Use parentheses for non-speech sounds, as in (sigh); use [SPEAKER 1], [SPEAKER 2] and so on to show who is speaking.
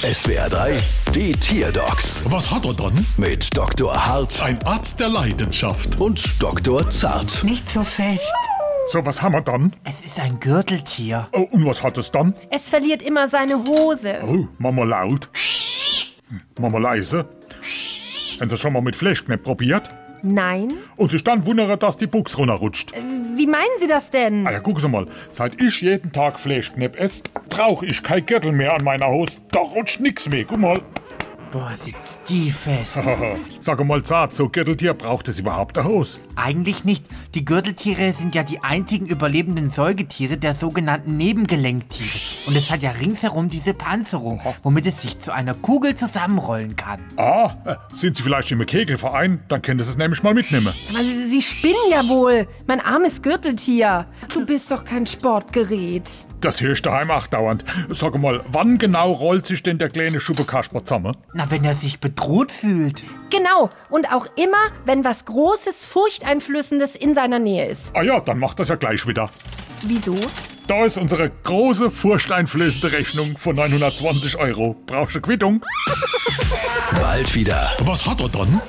[SPEAKER 1] SWR 3, die Tierdocs
[SPEAKER 2] Was hat er dann?
[SPEAKER 1] mit Dr. Hart
[SPEAKER 2] Ein Arzt der Leidenschaft.
[SPEAKER 1] und Dr. Zart.
[SPEAKER 3] Nicht so fest.
[SPEAKER 2] So, was haben wir dann?
[SPEAKER 3] Es ist ein Gürteltier.
[SPEAKER 2] Oh, und was hat es dann?
[SPEAKER 4] Es verliert immer seine Hose.
[SPEAKER 2] Oh, Mama laut. Hm, Mama leise. Haben Sie schon mal mit Fleischknepp probiert?
[SPEAKER 4] Nein?
[SPEAKER 2] Und sich dann wundern, dass die Buchs runterrutscht.
[SPEAKER 4] Wie meinen Sie das denn?
[SPEAKER 2] Alter, gucken Sie mal. Seit ich jeden Tag Fleischknepp esse, brauche ich kein Gürtel mehr an meiner Hose. Da rutscht nix mehr. Guck mal. (laughs)
[SPEAKER 3] Boah, sitzt die fest.
[SPEAKER 2] Haha. Sag mal, zart, so Gürteltier braucht es überhaupt eine Hose.
[SPEAKER 3] Eigentlich nicht. Die Gürteltiere sind ja die einzigen überlebenden Säugetiere der sogenannten Nebengelenktiere. Und es hat ja ringsherum diese Panzerung, womit es sich zu einer Kugel zusammenrollen kann.
[SPEAKER 2] Ah, äh, sind Sie vielleicht im Kegelverein? Dann können Sie es nämlich mal mitnehmen.
[SPEAKER 4] Aber Sie Sie spinnen ja wohl. Mein armes Gürteltier. Du bist doch kein Sportgerät.
[SPEAKER 2] Das höre ich daheim auch dauernd. Sag mal, wann genau rollt sich denn der kleine Schuppe Kasper zusammen?
[SPEAKER 3] Na, wenn er sich bedroht fühlt.
[SPEAKER 4] Genau. Und auch immer, wenn was Großes, Furchteinflößendes in seiner Nähe ist.
[SPEAKER 2] Ah ja, dann macht das ja gleich wieder.
[SPEAKER 4] Wieso?
[SPEAKER 2] Da ist unsere große, furchteinflößende Rechnung von 920 Euro. Brauchst du Quittung?
[SPEAKER 1] Bald wieder.
[SPEAKER 2] Was hat er dann?